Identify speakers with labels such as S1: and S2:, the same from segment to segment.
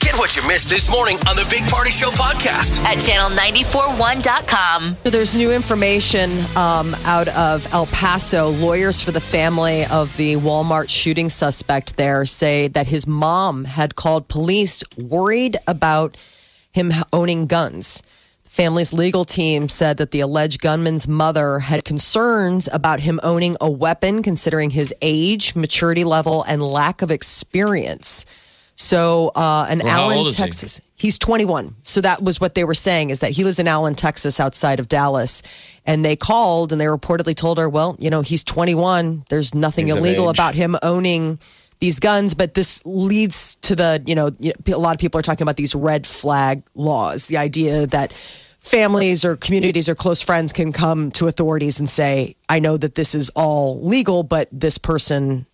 S1: Get what you missed this morning on the Big Party Show podcast.
S2: at channel941.com.
S3: So there's new information um, out of El Paso. Lawyers for the family of the Walmart shooting suspect there say that his mom had called police worried about him owning guns. The family's legal team said that the alleged gunman's mother had concerns about him owning a weapon, considering his age, maturity level, and lack of experience. So, uh, an
S4: Well, how
S3: Allen,
S4: old is he?
S3: Texas. Texas. He's 21. So that was what they were saying is that he lives in Allen, Texas, outside of Dallas. And they called and they reportedly told her, well, you know, he's 21. There's nothing
S4: He's of
S3: illegal
S4: age.
S3: about him owning these guns. But this leads to the, you know, you- a lot of people are talking about these red flag laws, the idea that families or communities or close friends can come to authorities and say, I know that this is all legal, but this person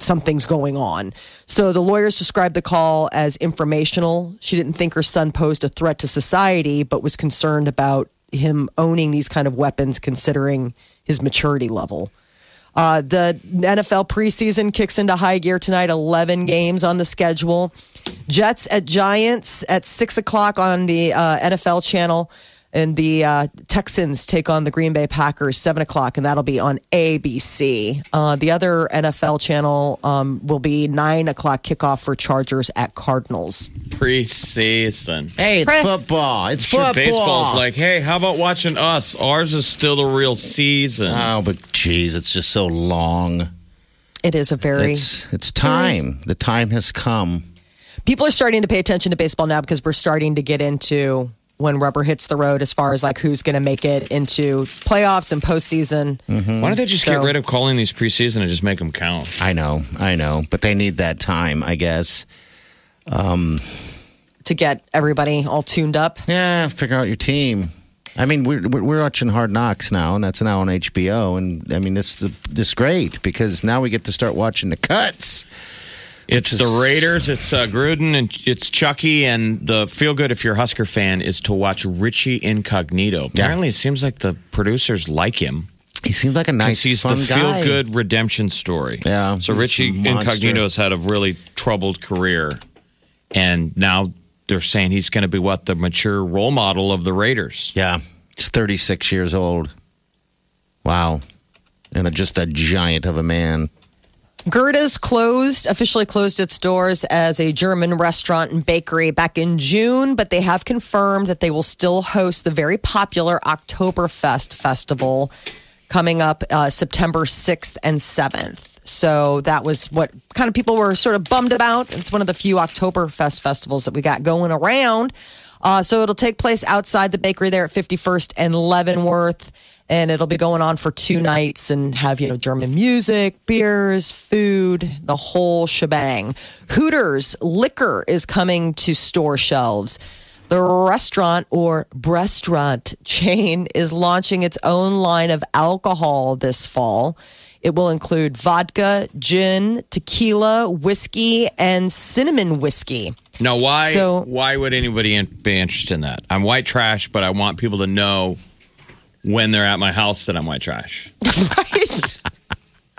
S3: something's going on. So the lawyers described the call as informational. She didn't think her son posed a threat to society, but was concerned about him owning these kind of weapons considering his maturity level. Uh, the NFL preseason kicks into high gear tonight. Eleven games on the schedule. Jets at Giants at six o'clock on the uh, NFL channel, and the uh, Texans take on the Green Bay Packers seven o'clock, and that'll be on ABC. Uh, the other NFL channel um, will be nine o'clock kickoff for Chargers at Cardinals.
S4: Preseason.
S5: Hey, it's football. It's
S4: Sure,
S5: football.
S4: baseball's like, hey, how about watching us? Ours is still the real season.
S5: oh, but geez, it's just so long.
S3: It is a very
S5: It's it's time. The time has come.
S3: people are starting to pay attention to baseball now because we're starting to get into when rubber hits the road as far as like who's going to make it into playoffs and postseason.
S4: Why don't they just get
S3: So-
S4: rid of calling these preseason and just make them count?
S5: I know, I know, but they need that time, I guess.
S3: to get everybody all tuned up.
S5: Yeah, figure out your team. I mean, we're we're we're watching Hard Knocks now, and that's now on HBO. And I mean, it's the this great because now we get to start watching the cuts.
S4: It's
S5: Which
S4: the
S5: is-
S4: Raiders, it's uh, Gruden, and it's Chucky. And the feel good if you're a Husker fan is to watch Richie Incognito. Apparently, it seems like the producers like him.
S5: He seems like a
S4: Because
S5: nice,
S4: he's
S5: fun
S4: the
S5: guy.
S4: feel good redemption story.
S5: Yeah,
S4: So
S5: he's
S4: Richie
S5: a monster.
S4: Incognito's had a really troubled career. And now they're saying he's going to be what? The mature role model of the Raiders.
S5: Yeah, he's thirty six years old. Wow, and a, just a giant of a man.
S3: Gerda's closed, officially closed its doors as a German restaurant and bakery back in June, but they have confirmed that they will still host the very popular Oktoberfest festival coming up uh, September 6th and 7th. So that was what kind of people were sort of bummed about. It's one of the few Oktoberfest festivals that we got going around. Uh, so it'll take place outside the bakery there at 51st and Leavenworth and it'll be going on for two nights and have you know german music beers food the whole shebang hooters liquor is coming to store shelves the restaurant or restaurant chain is launching its own line of alcohol this fall it will include vodka gin tequila whiskey and cinnamon whiskey
S4: Now, why
S3: So-
S4: why would anybody in, be interested in that? I'm white trash, but I want people to know when they're at my house that I'm white trash.
S3: right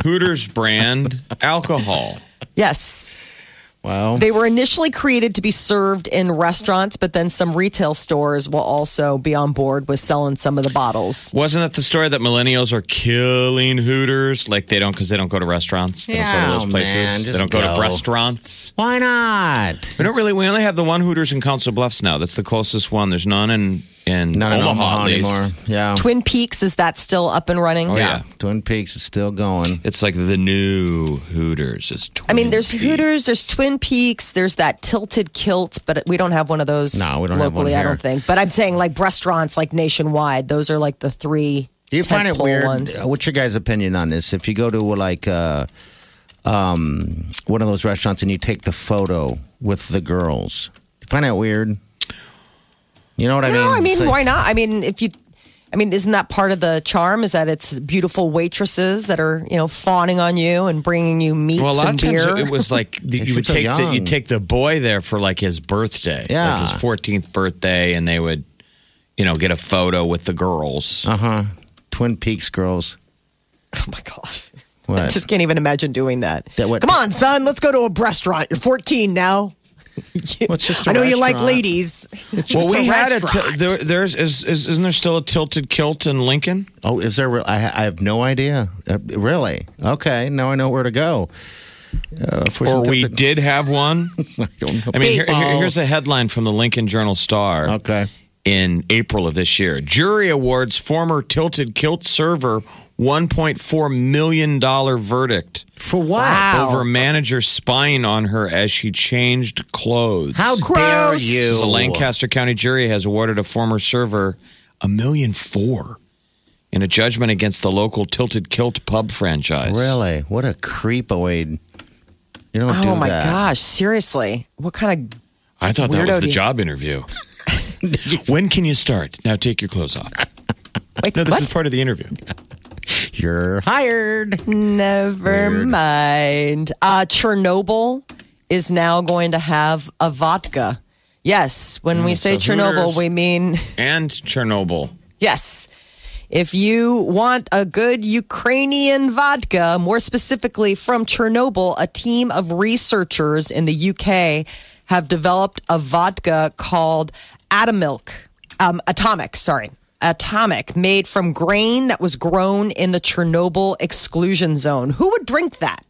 S4: Hooters brand alcohol.
S3: yes
S5: Wow.
S3: They were initially created to be served in restaurants, but then some retail stores will also be on board with selling some of the bottles.
S4: Wasn't that the story that millennials are killing Hooters? Like they don't because they don't go to restaurants. They don't go
S5: Yeah,
S4: to those
S5: oh,
S4: places.
S5: man,
S4: they
S5: just
S4: don't go. to
S5: go.
S4: restaurants.
S5: Why not?
S4: We don't really. We only have the one Hooters in Council Bluffs now. That's the closest one. There's none in in
S5: Not in
S4: Omaha,
S5: Omaha
S4: at least.
S5: anymore. Yeah.
S3: Twin Peaks, is that still up and running?
S4: Oh, yeah.
S5: Twin Peaks is still going.
S4: It's like the new Hooters. It's
S3: I mean, there's
S4: Twin Peaks.
S3: Hooters, there's Twin Peaks, there's that tilted kilt, but we don't have one of those
S5: No, we don't have one
S3: locally, I
S5: here.
S3: don't think. But I'm saying like restaurants, like nationwide, those are like the three.
S5: Do you find it
S3: tentpole
S5: weird? Uh,
S3: Ones.
S5: What's your guys' opinion on this? If you go to like uh, um, one of those restaurants and you take the photo with the girls, do you find that weird? You know what I mean?
S3: No, I mean,
S5: It's like-
S3: why not? I mean, if you, I mean, isn't that part of the charm? Is that it's beautiful waitresses that are you know fawning on you and bringing you meats
S4: Well, a lot
S3: and
S4: of times
S3: beer?
S4: it was like the, you
S5: seem
S4: would
S5: so
S4: take the, you
S5: young.
S4: take the boy there for like his birthday,
S5: Yeah.
S4: like his fourteenth birthday, and they would, you know, get a photo with the girls.
S5: Uh huh. Twin Peaks girls.
S3: oh my gosh. I
S5: What?
S3: just can't even imagine doing that.
S5: That what-
S3: Come on, son, let's go to a restaurant. You're 14 now. You-
S5: Well, it's just a
S3: I know you like
S5: restaurant.
S3: ladies.
S4: well, we
S3: a
S4: had a
S3: restaurant.
S4: t- there, there's is, is isn't there still a tilted kilt in Lincoln?
S5: Oh, is there? re- I, I have no idea. Uh, really? Okay. Now I know where to go. Uh, for
S4: Or
S5: some
S4: we
S5: type of-
S4: did have one.
S5: I don't know.
S4: I mean, here, here- here's a headline from the Lincoln Journal Star.
S5: Okay.
S4: in April of this year. Jury awards former Tilted Kilt server $1.4 million verdict
S5: For what?
S4: over manager spying on her as she changed clothes.
S5: How dare you?
S4: The Lancaster County jury has awarded a former server a million four in a judgment against the local Tilted Kilt pub franchise.
S5: Really? What a creepoid. You don't do
S3: Oh my
S5: that.
S3: gosh, seriously. What kind of
S4: I thought that
S3: Weirdo
S4: was the
S3: deal.
S4: job interview. when can you start? Now take your clothes off.
S3: like,
S4: No, this
S3: what?
S4: is part of the interview.
S5: You're hired.
S3: Never mind. Uh, Chernobyl is now going to have a vodka. Yes,
S5: Mm,
S3: when we say
S4: so
S3: Chernobyl,
S4: Hooters-
S3: we mean
S4: And Chernobyl.
S3: yes. If you want a good Ukrainian vodka, more specifically from Chernobyl, a team of researchers in the UK have developed a vodka called Atomilk, um, Atomic, sorry. Atomic, made from grain that was grown in the Chernobyl exclusion zone. Who would drink that?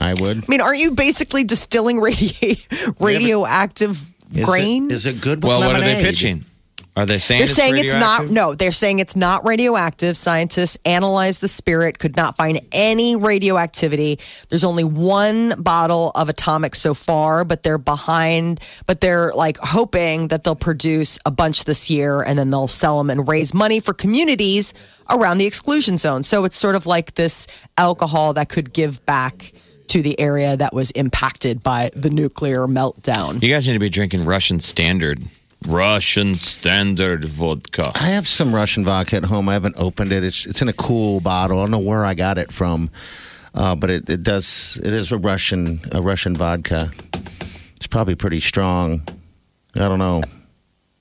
S5: I would.
S3: I mean, aren't you basically distilling radi- radioactive
S5: Is
S3: grain?
S5: It, is it good with
S4: Well, what are they
S5: lemonade?
S4: pitching? Are they saying
S3: they're saying it's not. No, they're saying it's not radioactive. Scientists analyzed the spirit, could not find any radioactivity. There's only one bottle of atomic so far, but they're behind. But they're like hoping that they'll produce a bunch this year, and then they'll sell them and raise money for communities around the exclusion zone. So it's sort of like this alcohol that could give back. To the area that was impacted by the nuclear meltdown.
S4: You guys need to be drinking Russian standard. Russian standard vodka.
S5: I have some Russian vodka at home. I haven't opened it. It's it's in a cool bottle. I don't know where I got it from, uh, but it, it does. It is a Russian a Russian vodka. It's probably pretty strong. I don't know.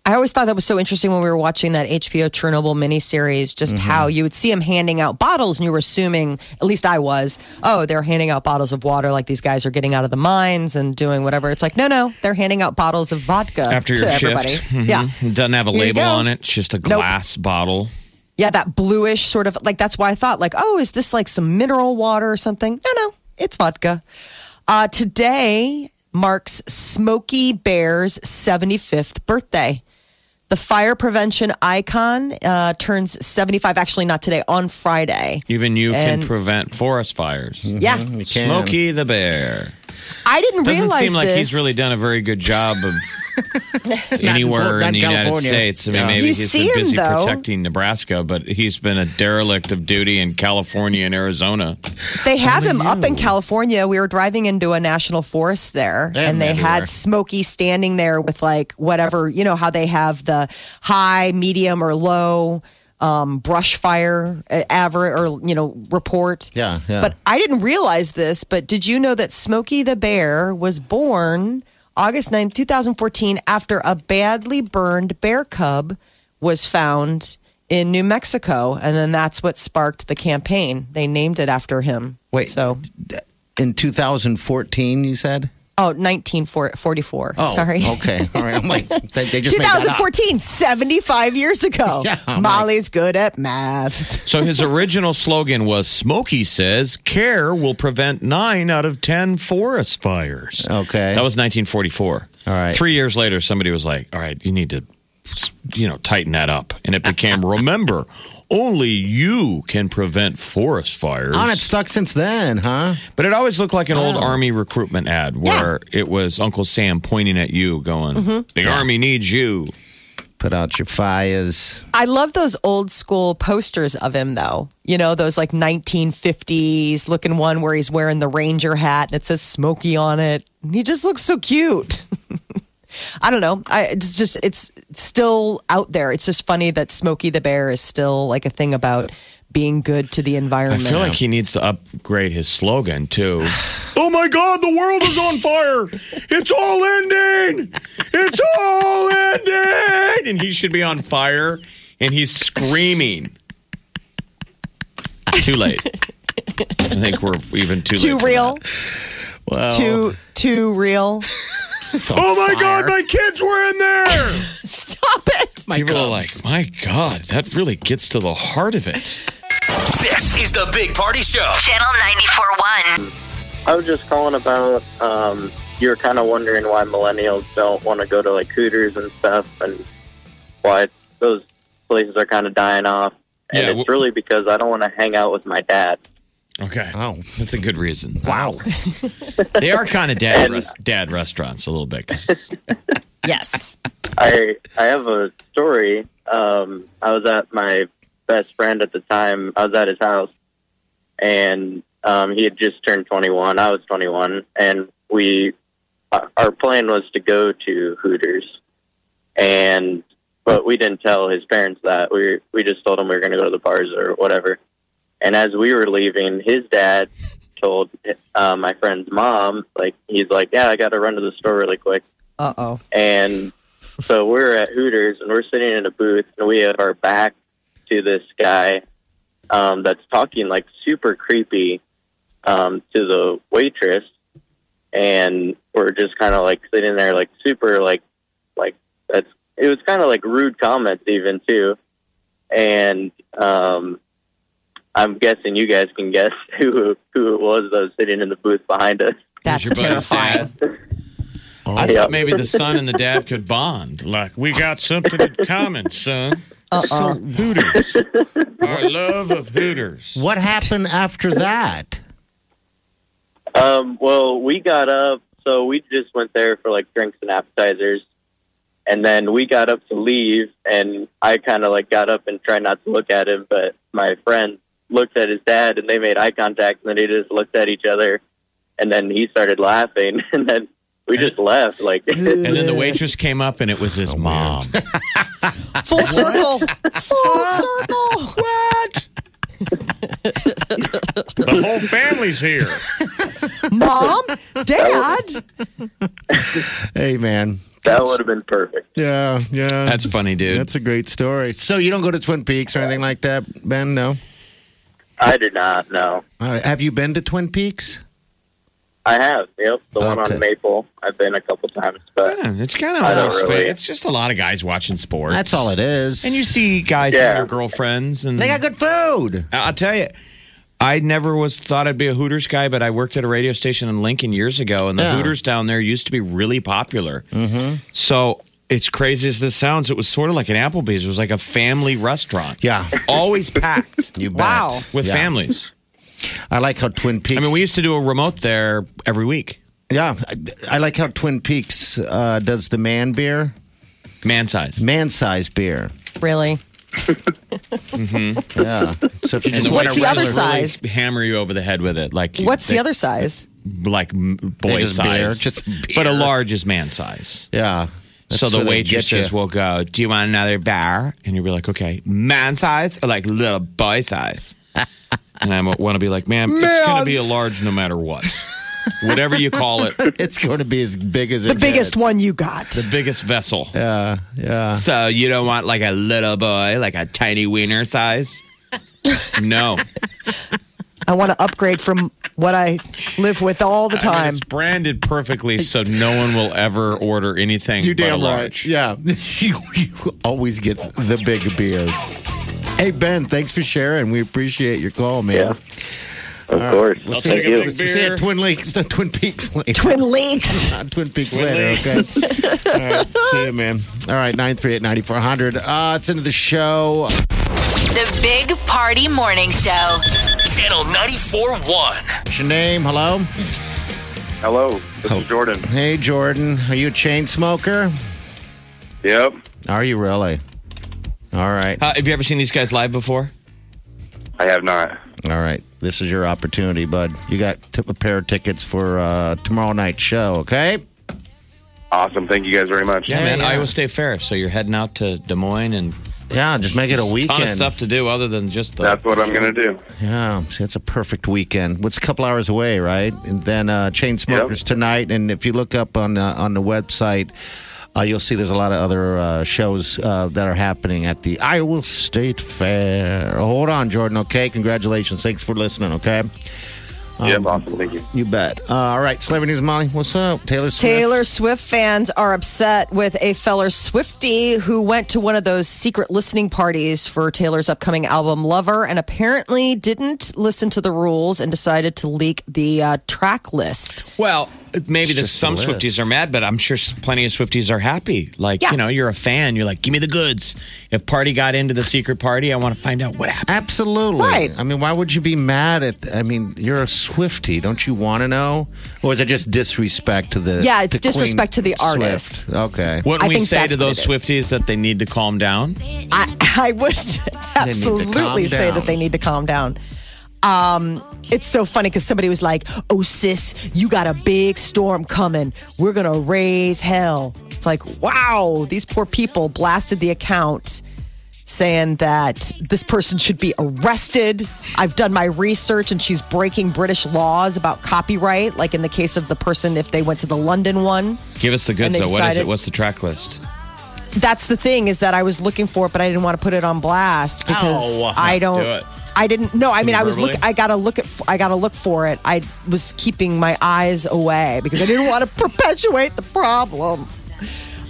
S3: I always thought that was so interesting when we were watching that HBO Chernobyl miniseries, just
S4: Mm-hmm.
S3: how you would see them handing out bottles and you were assuming, at least I was, oh, they're handing out bottles of water like these guys are getting out of the mines and doing whatever. It's like, no, no, they're handing out bottles of vodka
S4: After
S3: to
S4: your shift,
S3: everybody.
S4: Mhm.
S3: Yeah.
S4: it doesn't have a
S3: Here you
S4: label
S3: go.
S4: on it. It's just a glass bottle.
S3: Yeah, that bluish sort of like that's why I thought like, oh, is this like some mineral water or something? No, no, it's vodka. Uh, today marks Smokey Bear's 75th birthday. The fire prevention icon uh, turns 75. Actually, not today. On Friday.
S4: Even you
S3: And-
S4: can prevent forest fires.
S3: Yeah,
S5: You can.
S4: Smokey the Bear.
S3: I didn't
S4: Mm-hmm. Doesn't
S3: realize
S4: seem like
S3: this.
S4: he's really done a very good job of anywhere
S5: Not
S4: in the United
S5: in California.
S4: States. I mean,
S5: Yeah.
S4: maybe
S3: You
S4: he's
S3: see
S4: been
S3: him,
S4: busy
S3: though.
S4: protecting Nebraska, but he's been a derelict of duty in California and Arizona.
S3: They have him up in California. We were driving into a national forest there,
S5: They have
S3: and they
S5: him everywhere.
S3: had Smokey standing there with like whatever you know how they have the high, medium, or low um, brush fire uh, average or you know report.
S5: Yeah, yeah.
S3: But I didn't realize this. But did you know that Smokey the Bear was born August 9, two thousand fourteen, after a badly burned bear cub was found. In New Mexico, and then that's what sparked the campaign. They named it after him.
S5: Wait.
S3: so
S5: In 2014, you said.
S3: Oh, 1944.
S5: Oh,
S3: Sorry.
S5: Okay. All right. I'm like they, they just made that up.
S3: 2014, 75 years ago.
S5: Yeah, I'm
S3: Molly's good at math.
S4: So his original slogan was Smokey says care will prevent nine out of 10 forest fires.
S5: Okay.
S4: That was 1944.
S5: All right.
S4: Three years later, somebody was like, all right, you need to, you know, tighten that up. And it became remember, only you can prevent forest fires.
S5: On Oh. it stuck since then, huh?
S4: But it always looked like an old army recruitment ad where it was Uncle Sam pointing at you going,
S5: Mm-hmm.
S4: the army needs you.
S5: Put out your fires.
S3: I love those old school posters of him, though. You know, those like 1950s looking one where he's wearing the Ranger hat and it says Smokey on it. And He just looks so cute. I don't know. I, it's just, it's it's still out there. It's just funny that Smokey the Bear is still like a thing about being good to the
S4: I
S3: environment.
S4: feel like he needs to upgrade his slogan too. oh my God, the world is on fire! It's all ending! It's all ending! And he should be on fire, and he's screaming. Too late. I think we're even too,
S3: too
S4: late for
S3: real,
S5: Well,
S3: too too real.
S5: it's on
S4: that. Oh my
S5: fire.
S4: God, my kids were in there.
S3: Stop it.
S5: My
S4: People are like,
S5: Cubs.
S4: my God, that really gets to the heart of it.
S1: This is the Big Party Show.
S2: Channel 941.
S6: I was just calling about um, you were kind of wondering why millennials don't want to go to like Hooters and stuff, and why those places are kind of dying off. And
S4: Yeah,
S6: it's
S4: wh-
S6: really because I don't want to hang out with my dad.
S4: Okay.
S5: Oh.
S4: That's a good reason.
S5: Wow.
S4: They are kind of dad, res- dad restaurants a little bit. 'cause-
S3: Yes.
S6: I I have a story. Um, I was at my best friend at the time. I was at his house, and um, he had just turned 21. I was 21, and we our- our plan was to go to Hooters, and but we didn't tell his parents that. We we just told him we were going to go to the bars or whatever. And as we were leaving, his dad told uh, my friend's mom, like he's like, "Yeah, I got to run to the store really quick."
S3: Uh oh.
S6: And so we're at Hooters and we're sitting in a booth and we have our back to this guy um, that's talking like super creepy um, to the waitress. And we're just kind of like sitting there like super like, like that's, it was kind of like rude comments even too. And um, I'm guessing you guys can guess who, who it was that was sitting in the booth behind us.
S3: That's
S4: your buddy's
S3: terrifying.
S4: I
S6: Yeah.
S4: thought maybe the son and the dad could bond. Like, we got something in common, son.
S3: Uh-uh.
S4: Hooters. Our love of Hooters.
S5: What happened after that?
S6: Um, well, we got up, so we just went there for like drinks and appetizers, and then we got up to leave, and I kind of like got up and tried not to look at him, but my friend looked at his dad, and they made eye contact, and then they just looked at each other, and then he started laughing, and then we just left. Like,
S4: And then the waitress came up and it was
S5: Oh,
S4: his mom.
S3: Full circle. Full circle. What?
S4: the whole family's here.
S3: Mom? Dad?
S5: Hey, man.
S6: that would have been perfect.
S5: Yeah, yeah.
S4: That's funny, dude.
S5: That's a great story. So you don't go to Twin Peaks or anything like that, Ben? No.
S6: I did not know.
S5: All right. Have you been to Twin Peaks?
S6: I have, yep, the one
S5: Okay.
S6: on Maple. I've been a couple times, but
S4: Yeah, it's kind of
S6: I don't
S4: almost
S6: really.
S4: It's just a lot of guys watching sports.
S5: That's all it is.
S4: And you see guys
S6: Yeah.
S4: and their girlfriends. and
S5: they got good food.
S4: I- I'll tell you, I never was thought I'd be a Hooters guy, but I worked at a radio station in Lincoln years ago, and the
S5: Yeah.
S4: Hooters down there used to be really popular. Mm-hmm. So it's crazy as this sounds, it was sort of like an Applebee's. It was like a family restaurant.
S5: Yeah.
S4: always packed
S5: You bet.
S3: Wow.
S4: with
S5: Yeah.
S4: families.
S5: I like how Twin Peaks.
S4: I mean, we used to do a remote there every week,
S5: Yeah, I, I like how Twin Peaks uh, does the man beer,
S4: man size.
S5: man-sized beer.
S3: Really?
S5: Yeah. So if you
S4: And
S5: just
S4: the
S5: want
S4: waiter
S3: What's
S5: to,
S3: the other
S4: really
S3: size?
S4: hammer you over the head with it, like you-
S3: What's
S4: they-
S3: the other size?
S4: like m- boy
S5: just beer,
S4: size,
S5: just
S4: but a
S5: beer.
S4: large is man size.
S5: yeah.
S4: so
S5: That's
S4: the
S5: where they
S4: waitress
S5: get
S4: waitresses
S5: you.
S4: will go, Do you want another bar? And you'll be like, Okay, man size or like little boy size? and I want to be like, Ma'am, it's going to be a large no matter what. Whatever you call it, the
S5: It's going to be as big as
S3: The biggest one you got.
S4: biggest vessel.
S5: Yeah, yeah.
S4: So you don't want like a little boy, like a tiny wiener size? No.
S3: I want to upgrade from what I live with all the
S4: I mean,
S3: time.
S4: it's branded perfectly so no one will ever order anything
S5: You
S4: but a
S5: damn right.
S4: large.
S5: Yeah, you, you always get the big beer. Hey Ben, thanks for sharing. We appreciate your call, man.
S6: yeah, of course.
S5: We'll
S4: take
S5: you.
S4: a big
S5: We'll see you
S4: beer.
S5: at Twin Lakes, not Twin Peaks later.
S3: Twin Links.
S5: Not Twin Peaks
S4: Twin
S5: later,
S4: Lakes.
S5: okay? All right, see you, man. All right, 938-9400. Uh, it's into the show.
S2: The Big Party Morning Show.
S1: Channel 94.1.
S5: What's your name? Hello?
S7: Hello, this is Jordan.
S5: Hey, Jordan. Are you a chain smoker?
S7: Yep.
S5: Are you really? All right.
S4: Uh, have you ever seen these guys live before?
S7: I have not.
S5: All right. This is your opportunity, bud. You got t- a pair of tickets for uh, tomorrow night's show, okay?
S7: Awesome. Thank you guys very much.
S4: Yeah, man.
S3: yeah.
S4: Iowa State Fair. So you're heading out to Des Moines and
S5: Yeah, just make it
S4: a
S5: a
S4: ton of
S5: weekend.
S4: stuff to do other than just the.
S7: That's what I'm going to do.
S5: Yeah, see, it's a perfect weekend. It's a couple hours away, right? And then uh, Chainsmokers tonight. And if you look up on uh, on the website, uh, you'll see there's a lot of other uh, shows uh, that are happening at the Iowa State Fair. Hold on, Jordan. Okay, congratulations. Thanks for listening. Okay,
S7: yep. Awesome. Thank you.
S5: you bet. Uh, all right, celebrity news, Molly. What's up, Taylor? Swift?
S3: Taylor Swift fans are upset with a feller Swifty who went to one of those secret listening parties for Taylor's upcoming album Lover and apparently didn't listen to the rules and decided to leak the uh, track list.
S4: Well, maybe there's
S5: just
S4: some
S5: a list.
S4: Swifties are mad, but I'm sure s- plenty of Swifties are happy. Like,
S3: Yeah.
S4: you know, you're a fan. You're like, give me the goods. If Party got into the secret party, I want to find out what happened.
S5: Absolutely.
S3: Right.
S5: I mean, why would you be mad at? I mean, you're a Swifty. Don't you want to know? Or is it just disrespect to the?
S3: Yeah, it's
S5: to Queen
S3: disrespect to the artist.
S5: Swift? Okay.
S4: Wouldn't
S3: I
S4: we
S3: think
S4: say
S3: that's
S4: to those
S3: what it
S4: Swifties that they need to calm down?
S3: I, I would absolutely
S5: calm
S3: say
S5: down.
S3: that they need to calm down. Um, it's so funny because somebody was like, "Oh, sis, you got a big storm coming. We're gonna raise hell." It's like, wow, these poor people blasted the account saying that this person should be arrested. I've done my research, and she's breaking British laws about copyright, like in the case of the person if they went to the London one
S4: Give us the goods,
S3: And they
S4: though. What is
S3: decided-
S4: it? What's the track list?
S3: that's the thing is that I was looking for it, but I didn't want to put it on blast because
S4: Oh,
S3: I don't.
S4: do it.
S3: I didn't. No, I mean, I was look.
S4: verbally?
S3: I gotta look at. I gotta look for it. I was keeping my eyes away because I didn't want to perpetuate the problem.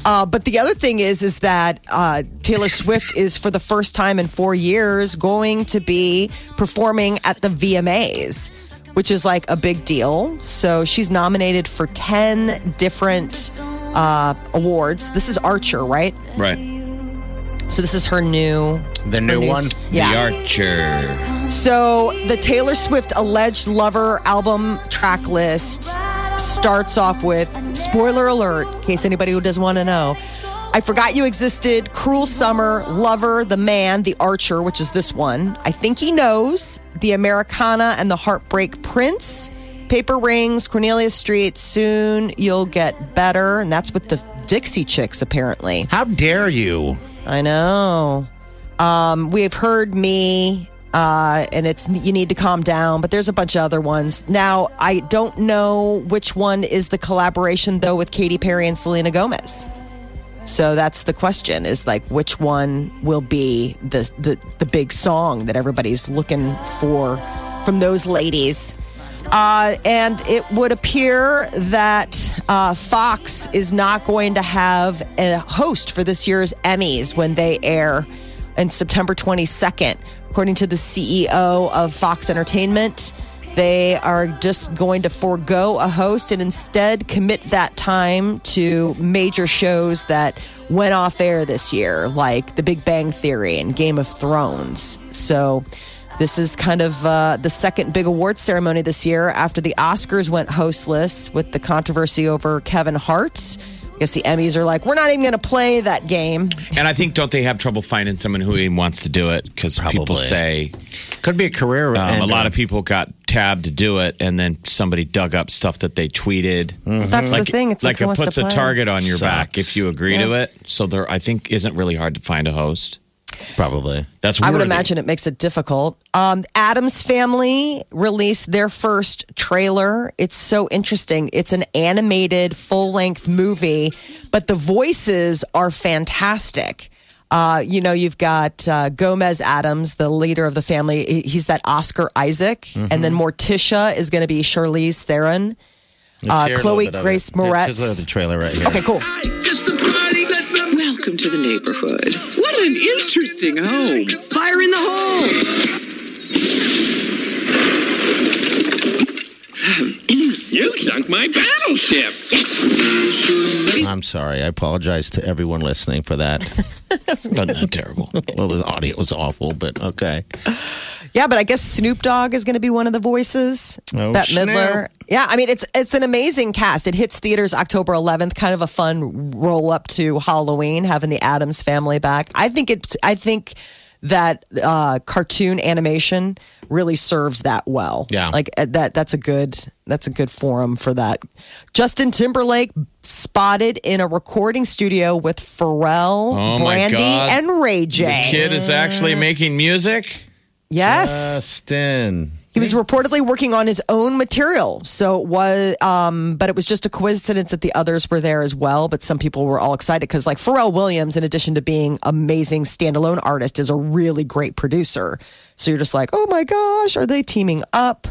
S3: Uh, but the other thing is, is that uh, Taylor Swift is for the first time in four years going to be performing at the VMAs, which is like a big deal. So she's nominated for ten different uh, awards. This is Archer, right?
S4: Right.
S3: So this is her new.
S5: The new
S3: her
S5: one.
S3: s- Yeah.
S4: The Archer.
S3: So the Taylor Swift alleged lover album track list starts off with spoiler alert, in case anybody who doesn't want to know. I Forgot You Existed, Cruel Summer, Lover, The Man, The Archer, which is this one. I Think He Knows, The Americana, and The Heartbreak Prince. Paper Rings, Cornelius Street, Soon You'll Get Better. And that's with the Dixie Chicks, apparently.
S5: How dare you?
S3: I know. Um, we have heard me, uh, and it's you need to calm down. But there's a bunch of other ones. Now I don't know which one is the collaboration though with Katy Perry and Selena Gomez. So that's the question: is like which one will be the the, the big song that everybody's looking for from those ladies? Uh, and it would appear that uh, Fox is not going to have a host for this year's Emmys when they air on September 22nd. According to the CEO of Fox Entertainment, they are just going to forego a host and instead commit that time to major shows that went off air this year, like The Big Bang Theory and Game of Thrones. So this is kind of uh, the second big award ceremony this year after the Oscars went hostless with the controversy over Kevin Hart. I guess the Emmys are like, we're not even going to play that game.
S4: And I think, don't they have trouble finding someone who even wants to do it? Because people
S5: Probably.
S4: say
S5: Could be a career.
S4: um, a
S5: ender.
S4: lot of people got tabbed to do it, and then somebody dug up stuff that they tweeted. Mm-hmm.
S3: That's the thing. It's like,
S4: like
S3: who
S4: it
S3: wants to
S4: puts a
S3: play?
S4: target on your back
S5: Sucks.
S4: if you agree to it. So there, I think, isn't really hard to find a host.
S5: probably.
S4: That's
S3: I would
S4: worthy.
S3: imagine it makes it difficult. Um, Adam's Family released their first trailer. It's so interesting. It's an animated full length movie, but the voices are fantastic. Uh, you know, you've got uh, Gomez Adams, the leader of the family. He- He's that Oscar Isaac. And then Morticia is going to be Charlize Theron. Uh,
S5: Mm-hmm. Let's hear a
S3: Chloe
S5: little bit of
S3: Grace
S5: it. Here- Here's a
S3: Moretz.
S5: little trailer right here.
S3: Okay, cool.
S8: Welcome to the neighborhood. What an interesting home. Fire in the hole.
S9: You sunk my battleship.
S5: I'm sorry. I apologize to everyone listening for that.
S4: not that terrible.
S5: well, the audio was awful, but okay.
S3: Yeah, but I guess Snoop Dogg is going to be one of the voices.
S5: Oh,
S3: Bette Midler. Yeah, I mean it's it's an amazing cast. It hits theaters October 11th. Kind of a fun roll up to Halloween, having the Adams family back. I think it. I think that uh, cartoon animation really serves that well.
S5: Yeah.
S3: like uh, that. That's a good. That's a good forum for that. Justin Timberlake spotted in a recording studio with Pharrell,
S4: Oh, my
S3: Brandy,
S4: God.
S3: and Ray J.
S4: The kid is actually
S3: Mm.
S4: making music.
S3: yes,
S5: Justin.
S3: he was reportedly working on his own material, so it was. Um, but it was just a coincidence that the others were there as well. But some people were all excited because, like Pharrell Williams, in addition to being amazing standalone artist, is a really great producer. So you're just like, oh my gosh, are they teaming up?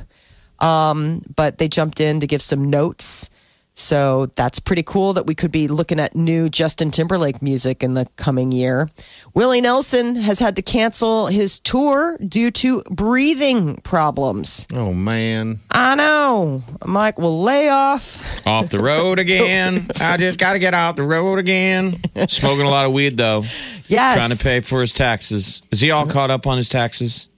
S3: Um, but they jumped in to give some notes. So that's pretty cool that we could be looking at new Justin Timberlake music in the coming year. Willie Nelson has had to cancel his tour due to breathing problems.
S5: Oh man.
S3: I know. I'm like, well, lay off.
S4: Off the road again. I just got to get off the road again. Smoking a lot of weed though.
S3: Yes.
S4: Trying to pay for his taxes. Is he all caught up on his taxes?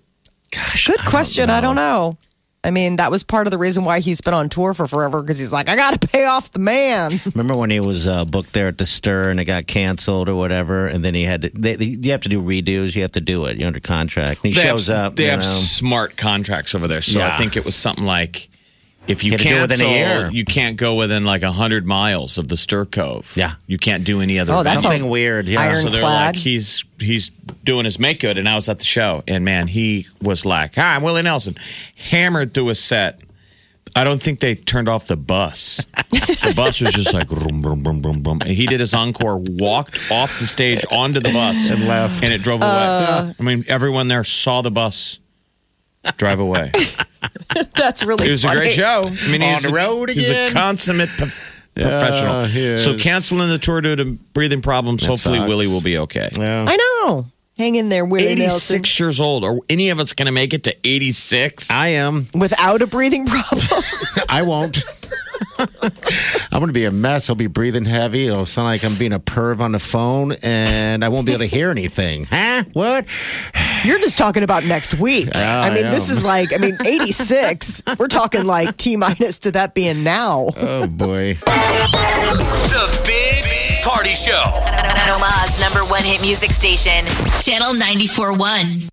S3: Good question. I don't know. I mean, that was part of the reason why he's been on tour for forever because he's like, I got to pay off the man.
S5: Remember when he was uh, booked there at the Stir and it got canceled or whatever, and then he had to. They, they, you have to do redos. You have to do it. You're under contract. And he
S4: they
S5: shows
S4: have,
S5: up.
S4: They
S5: you
S4: have
S5: know.
S4: smart contracts over there, so I
S5: Yeah.
S4: think it was something like if you
S5: You had to do it
S4: cancel,
S5: within a year.
S4: you can't go within like hundred miles of the Stir Cove.
S5: Yeah.
S4: you can't do any other.
S3: Oh, that's
S4: event.
S5: something weird. Yeah.
S3: iron-
S4: so they're
S3: Ironclad.
S4: like he's he's doing his make good, and I was at the show, and man, he was like, "Hi, I'm Willie Nelson," hammered through a set. I don't think they turned off the bus. the bus was just like boom, boom, boom, boom, boom. And he did his encore, walked off the stage onto the bus, and left. And it drove away.
S5: Uh.
S4: I mean, everyone there saw the bus drive away.
S3: That's really
S4: It was a
S3: funny.
S4: great show. I mean,
S5: On
S4: he's
S5: the
S4: a-
S5: road
S4: He's a
S5: again.
S4: consummate prof- professional.
S5: he
S4: So
S5: is.
S4: canceling the tour due to breathing problems. hopefully,
S5: sucks.
S4: Willie will be okay.
S5: Yeah.
S3: I know. Hang in there, Willie Nelson.
S4: 86 years old. Are any of us going to make it to 86?
S5: I am.
S3: Without a breathing problem.
S5: I won't. I'm going to be a mess. I'll be breathing heavy. It'll sound like I'm being a perv on the phone, and I won't be able to hear anything. Huh? What?
S3: You're just talking about next week.
S5: Yeah,
S3: I mean,
S5: I
S3: this
S5: am.
S3: is like, I mean, 86. We're talking like T minus to that being now.
S5: Oh boy.
S1: The Big Party Show.
S2: Omaha's number one hit music station, Channel 94.1.